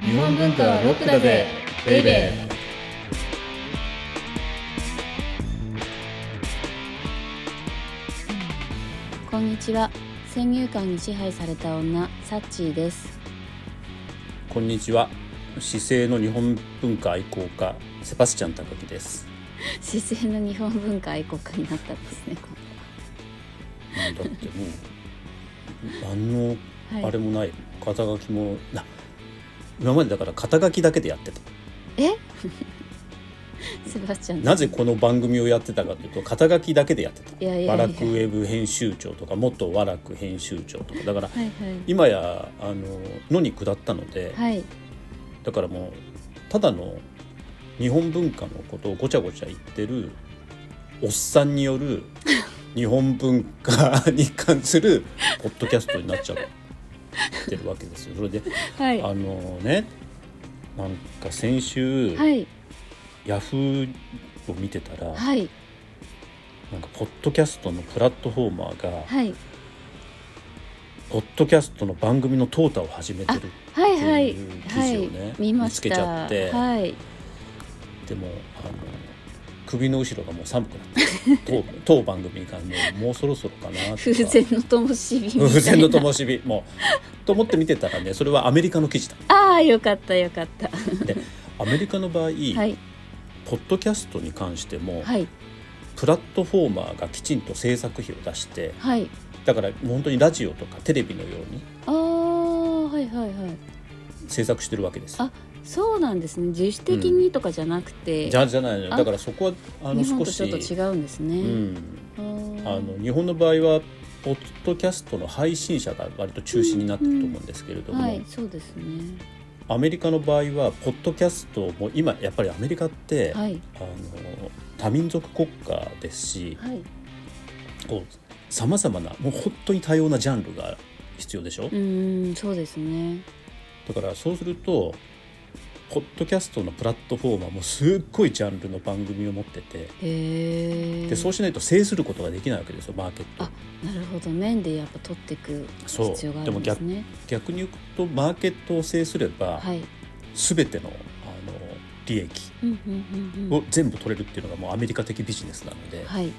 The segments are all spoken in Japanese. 日本文化はロックだぜベイベーこんにちは先入観に支配された女サッチーですこんにちは。姿勢の日本文化愛好家セバスチャン高木です。 姿勢の日本文化愛好家になったんですね今うんだってもう何の度はあれもない、肩書きもな今までだから肩書きだけでやってた。セバスチャンなぜこの番組をやってたかというと肩書きだけでやってた。いやいやいやワラクウェブ編集長とか元ワラク編集長とかだからはい今やあののに下ったので、はいはいだからもうただの日本文化のことをごちゃごちゃ言ってるおっさんによる日本文化に関する ポッドキャストになっちゃってるわけですよ。それで、はいあはのねなんか先週、いヤフーを見てたら、はいなんかポッドキャストのプラットフォーマーが、はいポッドキャストの番組の淘汰を始めてるはいはいっていう記は事をい、ね見まし見つけたちゃってはいでもあの首の後ろがもう寒くなって当当 番組に関してもうもうそろそろかなとか 風船の灯火みたいな風船の灯火もうと思って見てたらねそれはアメリカの記事だああよかったよかったアメリカの場合、はいポッドキャストに関しても、はいプラットフォーマーがきちんと制作費を出してはいだからもう本当にラジオとかテレビのようにああはいはいはい制作してるわけですよあそうなんですね自主的にとかじゃなくて、じゃじゃないのよあだからそこはあの日本少としちょっと違うんですね、うん、ああの日本の場合はポッドキャストの配信者が割と中心になってると思うんですけれども、はいそうですねアメリカの場合はポッドキャストも今やっぱりアメリカって、はいあの多民族国家ですしはいさまざまなもう本当に多様なジャンルが必要でしょ、うーんそうですねだからそうするとポッドキャストのプラットフォーマーもすっごいジャンルの番組を持っててへえでそうしないと制することができないわけですよマーケットあなるほど面でやっぱ取っていくそう必要があるんですね逆に言うとマーケットを制すれば、はい全てのあの利益うんうんうんうんを全部取れるっていうのがもうアメリカ的ビジネスなので,、はい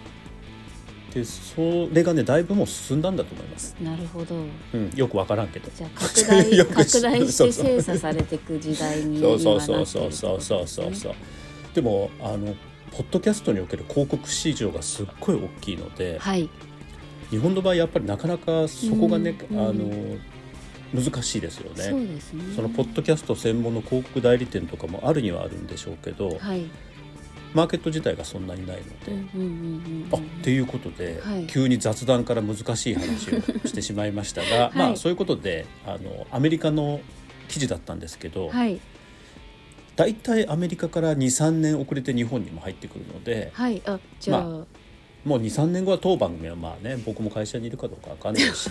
でそれがねだいぶもう進んだんだと思います、なるほどうん、よくわからんけどじゃあ拡 大よく知拡大そしうそてう精査されていく時代に今そなうってそるうってそこうそうそうとそうそうですねそうでもあのポッドキャストにおける広告市場がすっごい大きいので、はい日本の場合やっぱりなかなかそこがね、うんあの難しいですよそうね。ですねそのポッドキャスト専門の広告代理店とかもあるにはあるんでしょうけど、はいマーケット自体がそんなにないので、うんうんうんうんあっていうことで、はい急に雑談から難しい話をしてしまいましたが、はいまあそういうことであのアメリカの記事だったんですけど、はい大体アメリカから23年遅れて日本にも入ってくるのではいあじゃあ、まもう23年後は当番組はまあね僕も会社にいるかどうかわかんない し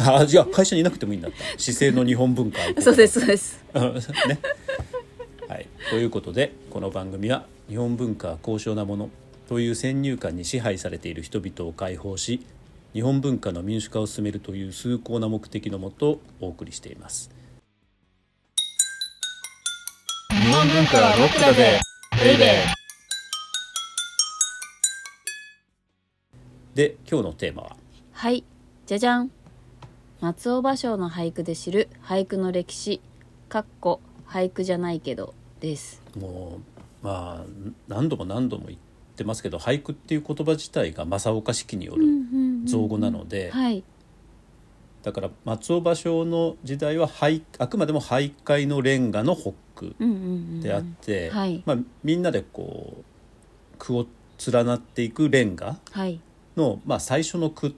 あじゃあ会社にいなくてもいいんだった姿勢の日本文化 そうですそうですうんね。 はい、ということでこの番組は日本文化は高尚なものという先入観に支配されている人々を解放し日本文化の民主化を進めるという崇高な目的のもとお送りしています。日本文化はロックだぜベイベーで今日のテーマははい、じゃじゃん。松尾芭蕉の俳句で知る俳句の歴史、かっこ俳句じゃないけどです。もうまあ何度も何度も言ってますけど俳句っていう言葉自体が正岡式による造語なのではい、だから松尾芭蕉の時代は俳あくまでも俳諧のレンガの北句うんうんうん。であって、はいまあ、みんなでこう句を連なっていくレンガはい、の、まあ、最初の句っ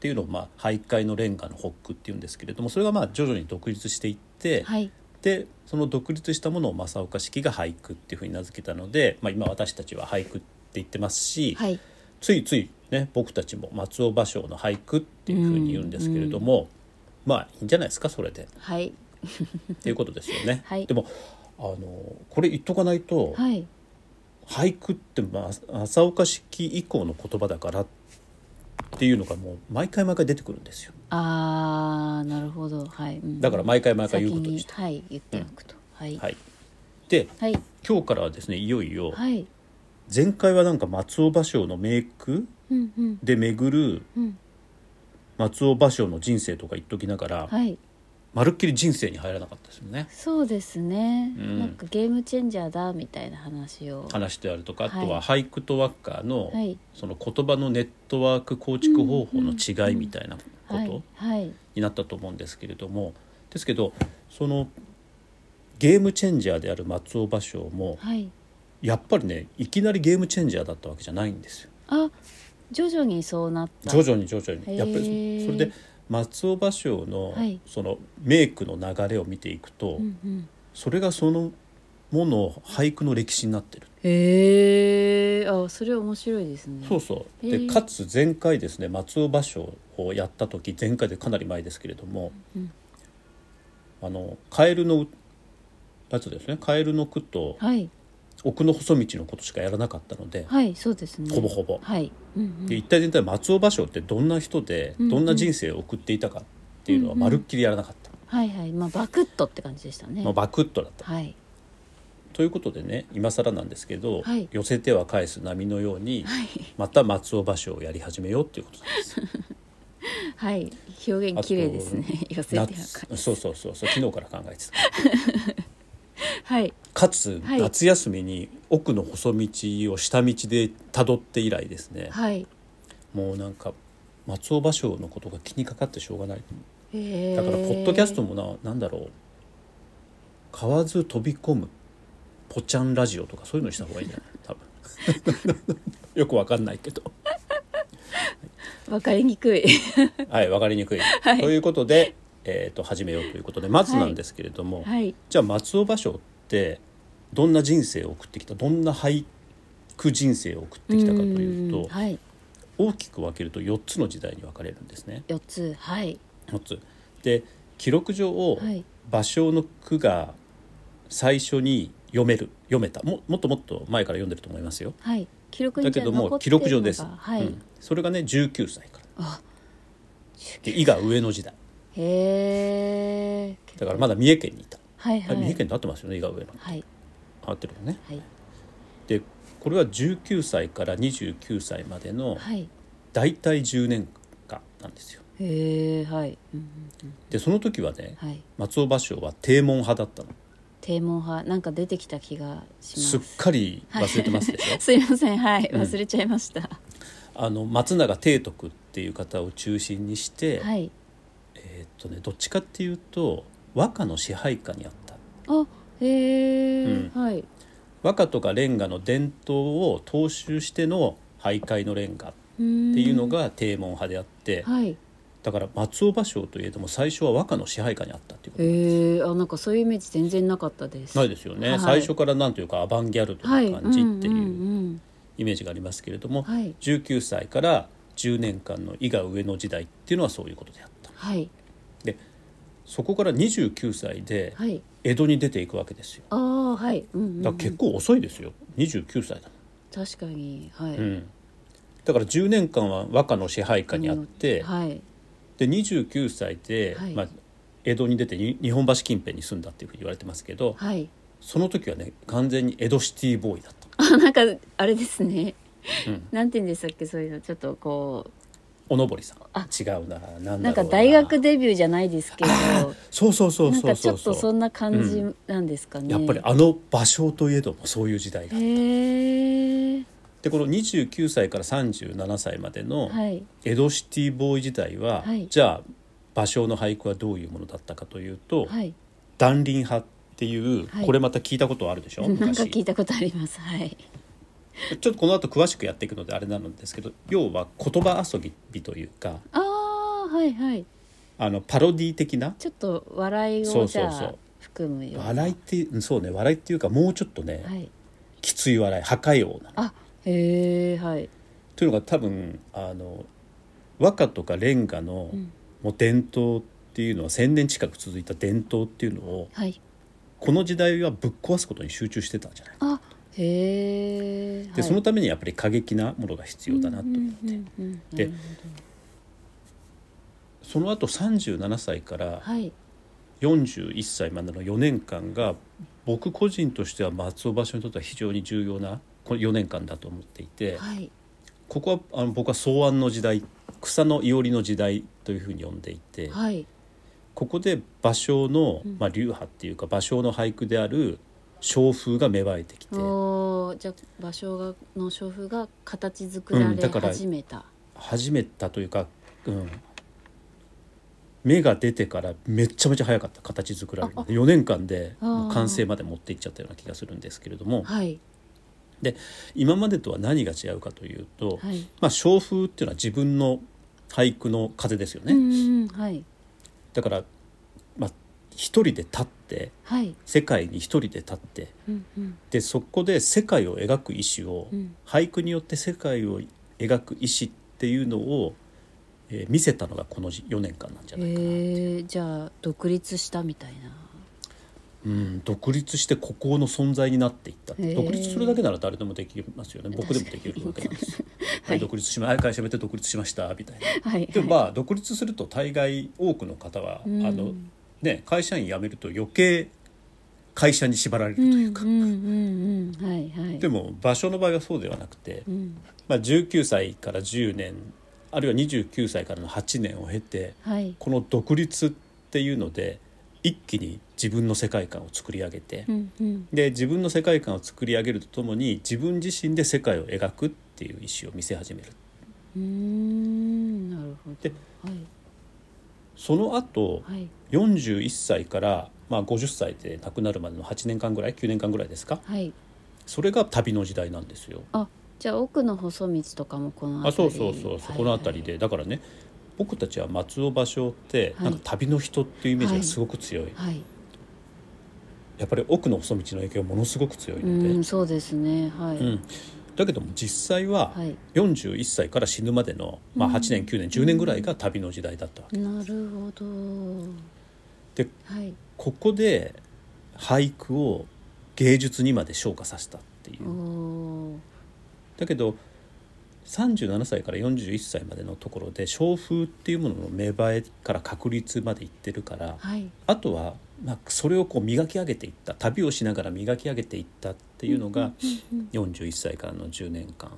ていうのを、まあ、徘徊のレンガの北句っていうんですけれどもそれがまあ徐々に独立していって、はい、でその独立したものを正岡式が俳句っていうふうに名付けたので、まあ、今私たちは俳句って言ってますし、はい、ついつい、ね、僕たちも松尾芭蕉の俳句っていうふうに言うんですけれども、まあいいんじゃないですかそれで。はい、っていうことですよね。はいでもあのこれ言っとかないと、はい、俳句って、まあ、朝岡式以降の言葉だからっていうのがもう毎回毎回出てくるんですよあーなるほどはい、うんだから毎回毎回言うことにして先はい言っておくと、はいはいではい今日からはですねいよいよはい前回はなんか松尾芭蕉の名句うんうんで巡るうん松尾芭蕉の人生とか言っときながら、はいまるっきり人生に入らなかったですよねそうですね、うんなんかゲームチェンジャーだみたいな話を話であるとかあはいとは俳句と和歌の、はいその言葉のネットワーク構築方法の違いみたいなこはいとはいになったと思うんですけれどもですけどそのゲームチェンジャーである松尾芭蕉もはいやっぱりねいきなりゲームチェンジャーだったわけじゃないんですよあ徐々にそうなった徐々に徐々へーにやっぱりそそれで松尾芭蕉のはいその名句の流れを見ていくとうんうんそれがそのもの俳句の歴史になってるへえあそれ面白いですねそうそうへでーかつ前回ですね松尾芭蕉をやった時前回でかなり前ですけれどもうん「あのカエルのやつですね「カエルの句」とはい「奥の細道」のことしかやらなかったのではいそうですねほぼほぼ。はいうんうんで一体全体松尾芭蕉ってどんな人でうんどんな人生を送っていたかっていうのはうんうんまるっきりやらなかった、はいはいまあバクッとって感じでしたねまあ、バクッとだった。はいということでね今更なんですけど、はい寄せては返す波のように、はいまた松尾芭蕉をやり始めようっていうことなん です。はい表現綺麗ですね寄せては返す夏そうそうそうそう昨日から考えてたはいかつ、はい夏休みに奥の細道を下道でたどって以来ですね、はいもうなんか松尾芭蕉のことが気にかかってしょうがないへえだからポッドキャストもななんだろう「買わず飛び込むポチャンラジオ」とかそういうのにした方がいいんじゃない多分 よくわかんないけどわかりにくいはいわかりにくい、いということで、えー、と始めようということでまずなんですけれども、はいじゃあ松尾芭蕉ってどんな人生を送ってきたどんな俳句人生を送ってきたかというーんとはい大きく分けると4つの時代に分かれるんですね。四つはい4つで記録上をはい芭蕉の句が最初に読める読めたももっともっと前から読んでると思いますよ。はい記録にだじけゃあども残うって記るのが録上です。はい、うんそれがね19歳から。あで伊賀上の時代へえだからまだ三重県にいた。はいはあい三重県で合ってますよね伊賀上の。はい合ってるよね。はいでこれは19歳から29歳までのはい大体10年間なんですよへえはい、うんうんでその時はね、うん、はい松尾芭蕉は帝門派だったの低門派なんか出てきた気がしますすっかり忘れてますでしょ、 すいませんはい、ん忘れちゃいましたあの松永提督っていう方を中心にして、はいえーっとねどっちかっていうと和歌の支配下にあったあへえ、うはい和歌とかレンガの伝統を踏襲しての徘徊のレンガっってていいうのが帝門派であって、はいだから松尾芭蕉といえども最初は和歌の支配下にあったっていうことへえあなんかそういうイメージ全然なかったですないですよね、はい最初からなんというかアバンギャルドはいな感じってんいうんイメージがありますけれども、うんはい19歳から10年間の伊賀上の時代っていうのはそういうことであったはいそこから29歳ではい江戸に出ていくわけですよああはいうんうんうん、だから結構遅いですよ29歳だ確かにはい、もん、うん、だから10年間は和歌の支配下にあって、はいで29歳で、はいまあ、江戸に出てに日本橋近辺に住んだっていうふうに言われてますけどはいその時はね完全に江戸シティボーイだったあなんかあれですね、うんなんて言うんでしたっけそういうのちょっとこおのぼりさんあ違うななんだろううななんか大学デビューじゃないですけどそうそうそうなんそうかちそょうっとそんな感じなんですかね、やっぱりあの芭蕉といえどもそういう時代がへえでこの29歳から37歳までのはい江戸シティボーイ時代は、はいじゃあ芭蕉の俳句はどういうものだったかというと、はい断輪派っていう、はいこれまた聞いたことあるでしょ なんか聞昔いたことありますはいちょっとこの後詳しくやっていくのであれなんですけど要は言葉遊びというかああはいはいあのパロディ的なちょっと笑いそをうじそうそうゃあ含むような笑いってうんそうね笑いっていうかもうちょっとね、はいきつい笑い破壊王なのあへえはいというのが多分あの和歌とかレンガの、うんもう伝統っていうのは1,000年近く続いた伝統っていうのをはいこの時代はぶっ壊すことに集中してたんじゃない、あへえではいそのためにやっぱり過激なものが必要だなと思って、うんうんうんうんでなるほその後37歳からはい41歳までの4年間が僕個人としては松尾芭蕉にとっては非常に重要なこの4年間だと思っていて、はいここはあの僕は草案の時代草のいおりの時代というふうに呼んでいて、はいここで芭蕉の、まあ、流派っていうか芭蕉の俳句である小風が芽生えてきて、おーじゃあ芭蕉がの書風が形作らうんれだから始めた、始めたというか、うん、芽が出てからめっちゃめちゃ早かった形作られるので4年間であー完成まで持っていっちゃったような気がするんですけれどもはいで今までとは何が違うかというと、はいまあ小風っていうのは自分の俳句の風ですよね。うんうんうんはいだから、まあ、一人で立ってはい世界に一人で立ってうんうんでそこで世界を描く意思を、うん俳句によって世界を描く意思っていうのを、えー見せたのがこの4年間なんじゃないかな、えー、じゃあ独立したみたいなうん、独立して孤高の存在になっていった、へー独立するだけなら誰でもできますよね僕でもできるわけなん です、はい、独立しま会社辞めて独立しましたみたいな。はいでもまあ独立すると大概多くの方は、うんあのね、会社員辞めると余計会社に縛られるとうんいううか、んうんうんはいはいでも場所の場合はそうではなくて、うんまあ、19歳から10年あるいは29歳からの8年を経てはいこの独立っていうので一気に自分の世界観を作り上げて、うんうんで自分の世界観を作り上げるとともに自分自身で世界を描くっていう意思を見せ始めるうーんなるほどではいその後、はい41歳から、まあ、50歳で亡くなるまでの8年間ぐらい9年間ぐらいですかはいそれが旅の時代なんですよ。あじゃあ奥の細道とかもこの辺りあそうそうそうそうこの辺りででだからね僕たちは松尾芭蕉ってはいなんか旅の人っていうイメージがすごく強い、はいやっぱり奥の細道の影響がものすごく強いうので、んそうですねはういんだけども実際ははい41歳から死ぬまでの、まあ、8年9年10年ぐらいが旅の時代だったわけなるほどではいここで俳句を芸術にまで昇華させたっていおうおだけど37歳から41歳までのところで小風っていうものの芽生えから確立までいってるからはいあとは、まあ、それをこう磨き上げていった旅をしながら磨き上げていったっていうのが41歳からの10年間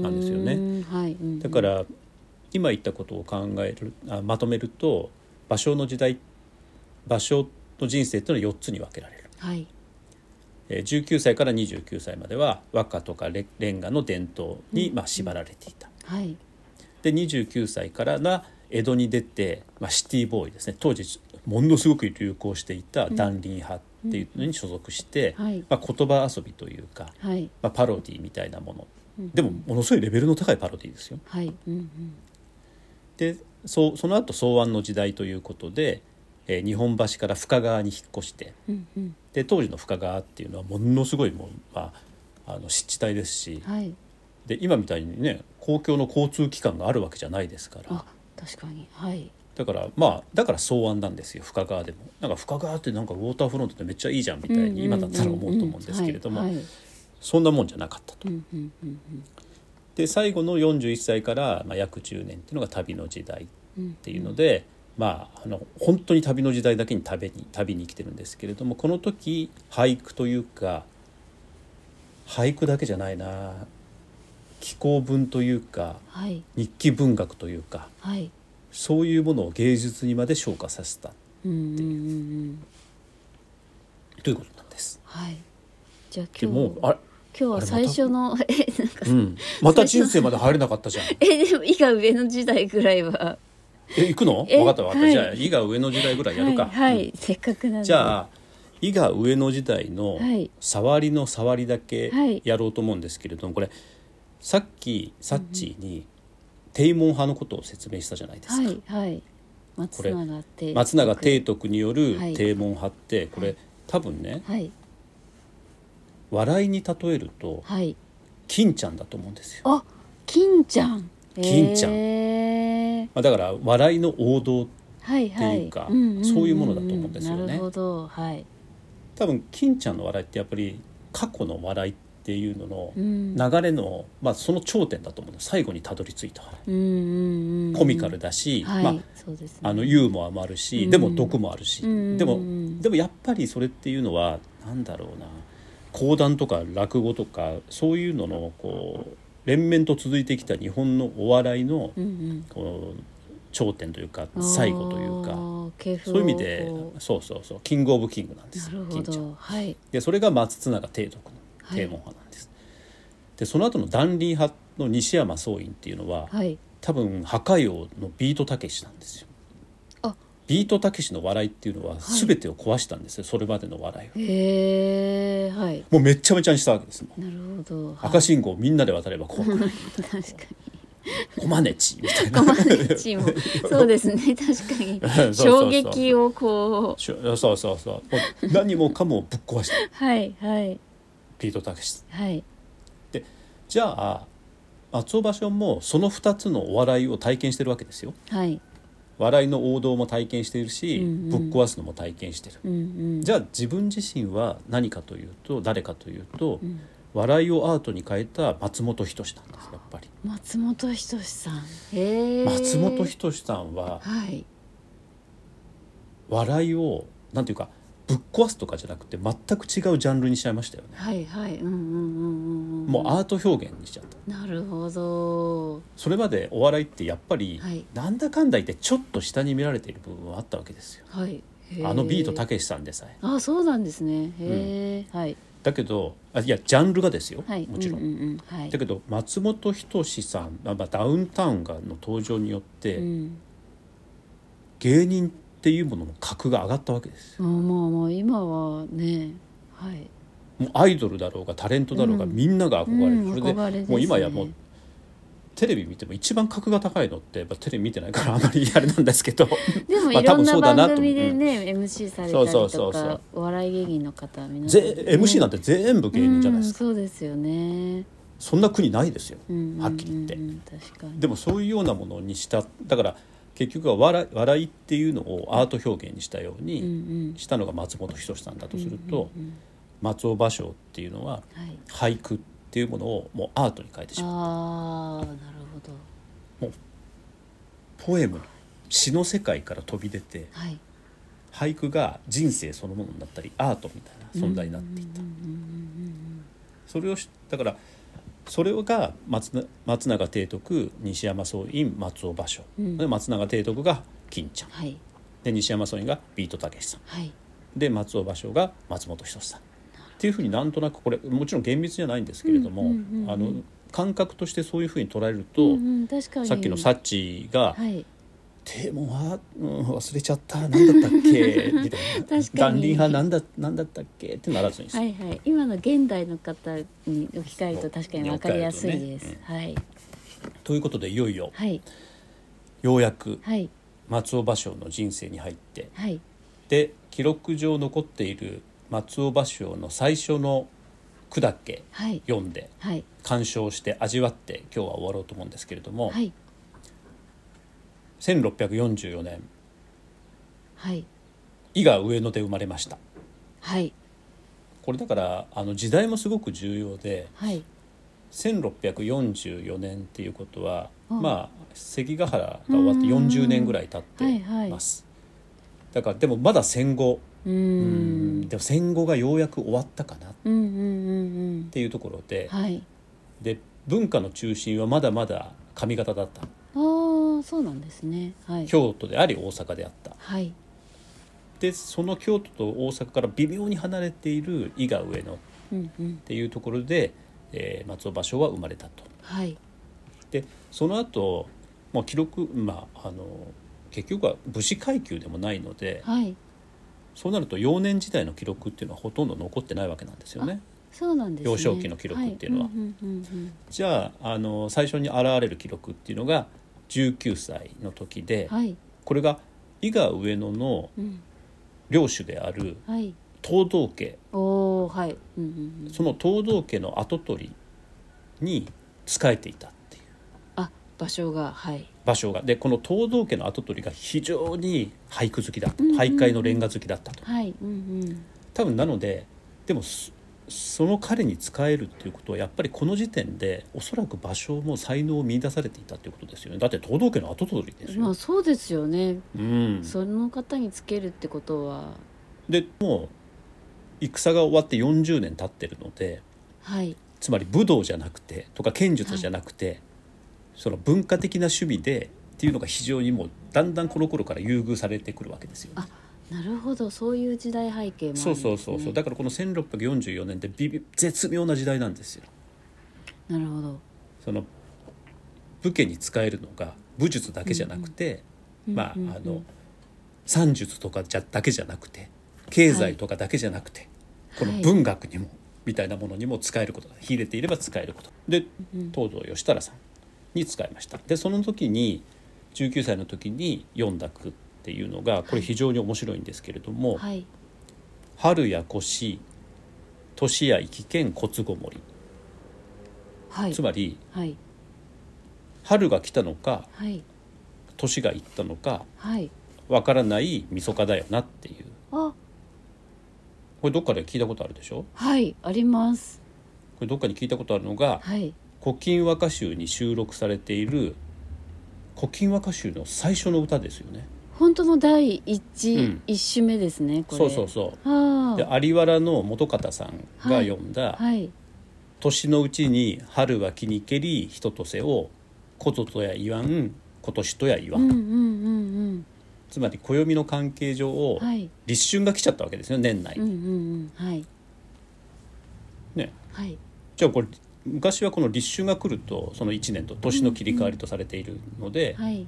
なんですよねはいうんだから今言ったことを考えるあまとめると芭蕉の時代芭蕉の人生っていうのは4つに分けられる。はいえー19歳から29歳までは和歌とかレレンガの伝統にまあ縛られていた。はいで29歳からが江戸に出て、まあ、シティボーイですね当時ものすごく流行していた断輪派っていうのに所属して、うんはいまあ、言葉遊びというか、はいまあ、パロディみたいなものうんでもものすごいレベルの高いパロディですよ。はいうんうんでそうその後草案の時代ということで、えー日本橋から深川に引っ越してうんうんで当時の深川っていうのはものすごいもう、まあ、あの湿地帯ですしはいで今みたいにね公共の交通機関があるわけじゃないですから。あ確かにはいだからまあだから草案なんですよ深川でもなんか深川ってなんかウォーターフロントってめっちゃいいじゃんみたいに今だったら思うと思うんですけれども、うんうんうんはいそんなもんじゃなかったと。うんうんうんで最後の41歳から、まあ、約10年っていうのが旅の時代っていうので、まああの本当に旅の時代だけに旅に旅に来てるんですけれどもこの時俳句というか俳句だけじゃないな紀行文というかはい日記文学というかはいそういうものを芸術にまで昇華させたうんうんうんうんということなんです。はいじゃあで今もう日あれ、今日は最初の えなんかうん、また人生まで入れなかったじ ゃん。えでも以下上の時代ぐらいはえ行くの？え分かった分かった。はいじゃあ伊賀上の時代ぐらいやるか。はい、はいうんせっかくなんでじゃあ伊賀上の時代のはい触りの触りだけはいやろうと思うんですけれども、これさっきサッチーに帝門派のことを説明したじゃないですか。はいはい松れ永って松永提督によるはい帝門派ってこれ多分ねはい笑いに例えるとはい金ちゃんだと思うんですよ。あ金ちゃん金ちゃんえーまあだから笑いの王道はいはいっていうかそういうものだと思うんですよねなるほどはい多分金ちゃんの笑いってやっぱり過去の笑いってっていうののうん流れの、まあ、その頂点だと思うの最後にたどり着いた、うんうんうんコミカルだし、はい、まあ、そうですねあのユーモアもあるし、うんでも毒もあるし、うんでもでもやっぱりそれっていうのはなんだろうな講談とか落語とかそういうののこう連綿と続いてきた日本のお笑いのうんうんこう頂点というか最後というあかー系譜そをういう意味でこうそうそうそうキングオブキングなんですなるほ金ちゃんどはいでそれが松永提督はのい帝門派なんです。でその後の断輪派の西山宗院っていうのは、はい多分破壊王のビートたけしなんですよあビートたけしの笑いっていうのは全てを壊したんですよ、それまでの笑いをへえはいもうめっちゃめちゃにしたわけですもんなるほどはい赤信号みんなで渡れば 怖くない確かにコマネチみたいなコマネ チもそうですね確かそうそうそにう衝撃をこうしょそうそうそうもう何もかもぶっ壊したはいはいビートたけしはいじゃあ松尾芭蕉もその2つのお笑いを体験してるわけですよはい笑いの王道も体験しているし、うんうんぶっ壊すのも体験してるうんうんじゃあ自分自身は何かというと誰かというと、ん笑いをアートに変えた松本人志なんですやっぱり、松本人志さんへえ松本人志さんははい笑いをなんていうかぶっ壊すとかじゃなくて全く違うジャンルにしちゃいましたよね、はいはいうんうんうんうんうんもうアート表現にしちゃったなるほどそれまでお笑いってやっぱり、はいなんだかんだ言ってちょっと下に見られている部分はあったわけですよはいへあのビートたけしさんでさえあそうなんですねへえ、はいだけどあいやジャンルがですよ、はいもちろん、うんうんうん、はいだけど松本人志さん、まあ、まあダウンタウンがの登場によって、うん芸人っていうものの格が上がったわけですよまあまあまあ今はねはいもうアイドルだろうがタレントだろうが、うんみんなが憧れる、うんそれで憧れですねもう今やもうテレビ見ても一番格が高いのってやっぱテレビ見てないからあまりあれなんですけ どでもまあいろん多分そなうだな番と思う組でね、MC されたりとかそうそうそうそうお笑い芸人の方皆さん、ぜ MC なんて全部芸人じゃないですか、うんそうですよね、そんな国ないですよ、うんうんうんうんはっきり言って確かにでもそういうようなものにしただから結局は笑い笑いっていうのをアート表現にしたよううんうにんしたのが松本人志さんだとすると、うんうん松尾芭蕉っていうのはうんはい俳句っていうものをもうアートに変えてしまうああなるほどポエム詩の世界から飛び出てはい俳句が人生そのものになったりアートみたいな存在になっていった、それをしだからそれが松な松永提督西山総員松尾芭蕉、うんで松永提督が金ちゃんはいで西山総員がビートたけしさんはいで松尾芭蕉が松本人志さんっていうふうになんとなくこれもちろん厳密じゃないんですけれども、うんうんうんうんあの感覚としてそういうふうに捉えると、うんうん確かにさっきのサッチが、はいでもは、うん、忘れちゃった何だったっけみた いなかに断輪派何だ何だったっけってならずにすはいはい今の現代の方に置き換えると確かにわかりやすいです、そうはいということでいよいよはいようやくはい松尾芭蕉の人生に入ってはいで記録上残っている松尾芭蕉の最初の句だけはい読んではい鑑賞して味わって今日は終わろうと思うんですけれども、はい1644年はい伊賀上野で生まれましたはいこれだからあの時代もすごく重要ではい1644年っていうことは、うんまあ関ヶ原が終わって40年ぐらい経ってます、だからでもまだ戦後ううんでも戦後がようやく終わったかなっうんうんうんていうところでうん、はいで文化の中心はまだまだ上方だったああそうなんですねはい京都であり大阪であったはいでその京都と大阪から微妙に離れている伊賀上野っうんうんていうところで、えー松尾芭蕉は生まれたと。はいでその後、まあ記録まああの結局は武士階級でもないのではいそうなると幼年時代の記録っていうのはほとんど残ってないわけなんですよね。そうなんですね幼少期の記録っていうのははいうんうんうんじゃああの最初に現れる記録っていうのが19歳の時で、うんはいこれが伊賀上野のうん領主であるはい東道家おおはいうんうんうんその東道家の跡取りに仕えていたっていうあ場所がはい場所がでこの東道家の跡取りが非常に俳句好きだったうんうんうん俳諧のレンガ好きだったとはいうんうん多分なのででもすその彼に仕えるっていうことはやっぱりこの時点でおそらく場所も才能を見出されていたっていうことですよねだって藤堂家の跡取りですよ、まあそうですよね、うん、その方につけるってことはでもう戦が終わって40年経ってるのではいつまり武道じゃなくてとか剣術じゃなくて、その文化的な趣味でっていうのが非常にもうだんだんこの頃から優遇されてくるわけですよね、あなるほどそういう時代背景もあるんです、そね、うそうそうそうだからこの1644年って微妙絶妙な時代なんですよなるほどその武家に使えるのが武術だけじゃなくて、まあ、あの算術とかじゃだけじゃなくて経済とかだけじゃなくて、この文学にも、みたいなものにも使えることが秀でていれば使えることで東堂義太さんに使いました。でその時に19歳の時に読んだ句っていうのがこれ非常に面白いんですけれども「はい春や腰年や生き剣骨ごもりはい」つまりはい春が来たのかはい年がいったのかはいわからない晦日だよなっていうあこれどっかで聞いたことあるでしょはいありますこれどっかに聞いたことあるのがはい「古今和歌集」に収録されている「古今和歌集」の最初の歌ですよね。本当の第一、うん一首目ですねこれそうそうそうあでー有原の元方さんが読んだはい「年のうちに春は気にけり人とせをこととや言わん今年とや言わうんん」うんうんつまり暦の関係上をうんはい立春が来ちゃったわけですよ年内うんう。んうんはいねはいじゃあこれ昔はこの立春が来るとその1年と年の切り替わりとされているので、はい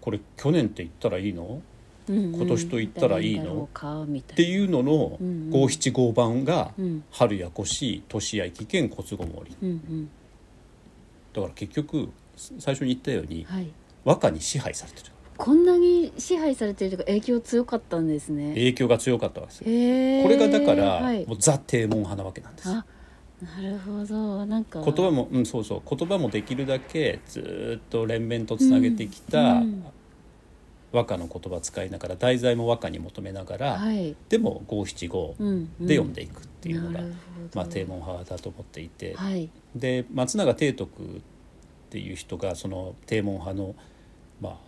これ去年って言ったらいいの今今年と言ったらいいのかみたっていいうののうんうん五七五番がうん「春や腰年や生き剣骨ごもりなうん」だから結局最初に言ったようにうんはい和歌に支配されてるこんなに支配されているとか影響強かったんですね影響が強かったわけですよ。へえこれがだからはいもうザ定門派なわけなんですよ。あなるほどなんか言葉も、うん、そうそう言葉もできるだけずーっと連綿とつなげてきた、うんうん和歌の言葉使いながら題材も和歌に求めながら、はいでも五七五うんうんで読んでいくっていうのが、なるほどまあ、定門派だと思っていて、はいで松永定徳っていう人がその定門派の、まあ、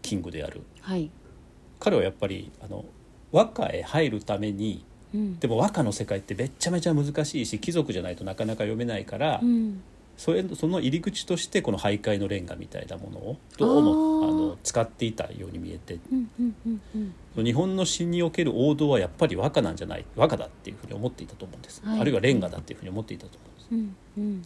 キングであるはい彼はやっぱりあの和歌へ入るためにうんでも和歌の世界ってめちゃめちゃ難しいし貴族じゃないとなかなか読めないから、うんそれその入り口としてこの徘徊のレンガみたいなものをどうもああーの使っていたように見えてうんうんうんうん日本の詩における王道はやっぱり和歌なんじゃない和歌だっていうふうに思っていたと思うんです、はいあるいはレンガだっていうふうに思っていたと思うんですうんうん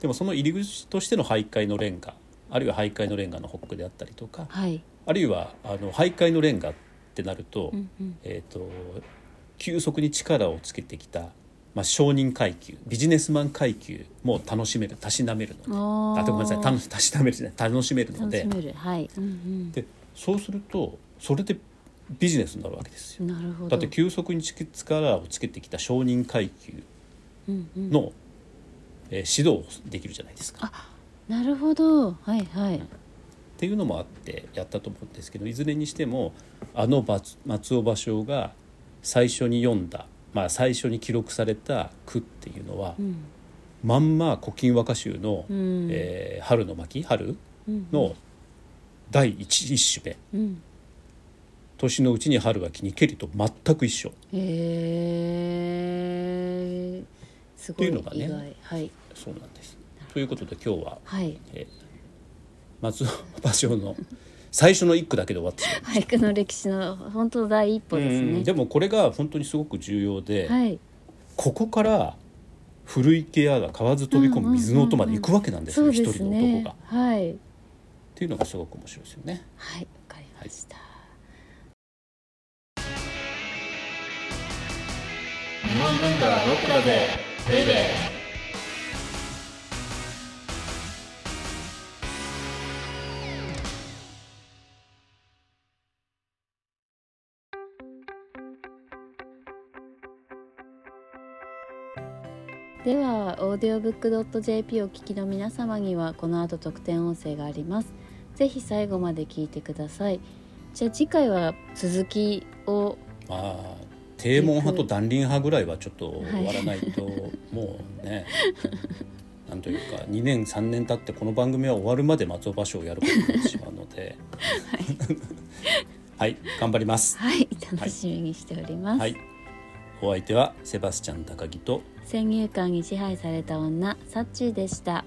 でもその入り口としての徘徊のレンガあるいは徘徊のレンガの北区であったりとかはいあるいはあの徘徊のレンガってなると,、うんうんえー、と急速に力をつけてきた、まあ、商人階級ビジネスマン階級も楽しめるたしなめるのであーあごめんなさいたのたしなめるじゃない楽しめるの楽でしめるはいうんでそうするとそれでビジネスになるわけですようんなるほどだって急速に力をつけてきた商人階級うんうんの、えー指導をできるじゃないですか。なるほどはいはいっていうのもあってやったと思うんですけどいずれにしてもあの松松尾芭蕉が最初に読んだ、まあ、最初に記録された句っていうのは、うんまんま「古今和歌集の」うんえー春の巻」春うんの第一一首目うん「年のうちに春は気にけり」と全く一緒。へえすごいっていうのがね意外はいそうなんですということで今日ははい松尾芭蕉の最初の一句だけで終わってしまう俳句の歴史の本当第一歩ですうねんでもこれが本当にすごく重要で、はいここから古池や買わず飛び込む水の音まで行くわけなんですそよう一、です人の男ねが。っはいていうのがすごく面白いですよね。はいわかりました日本文化はロックだぜベイベーではオーディオブックドット JP をお聞きの皆様にはこの後特典音声がありますぜひ最後まで聞いてくださいじゃあ次回は続きをまあ堤門派と断輪派ぐらいはちょっと終わらないと、 もうねなんというか2年3年経ってこの番組は終わるまで松尾芭蕉をやることになってしまうの で はい、頑張ります。はい楽しみにしております、はい、お相手はセバスチャン高木と先入観に支配された女サッチーでした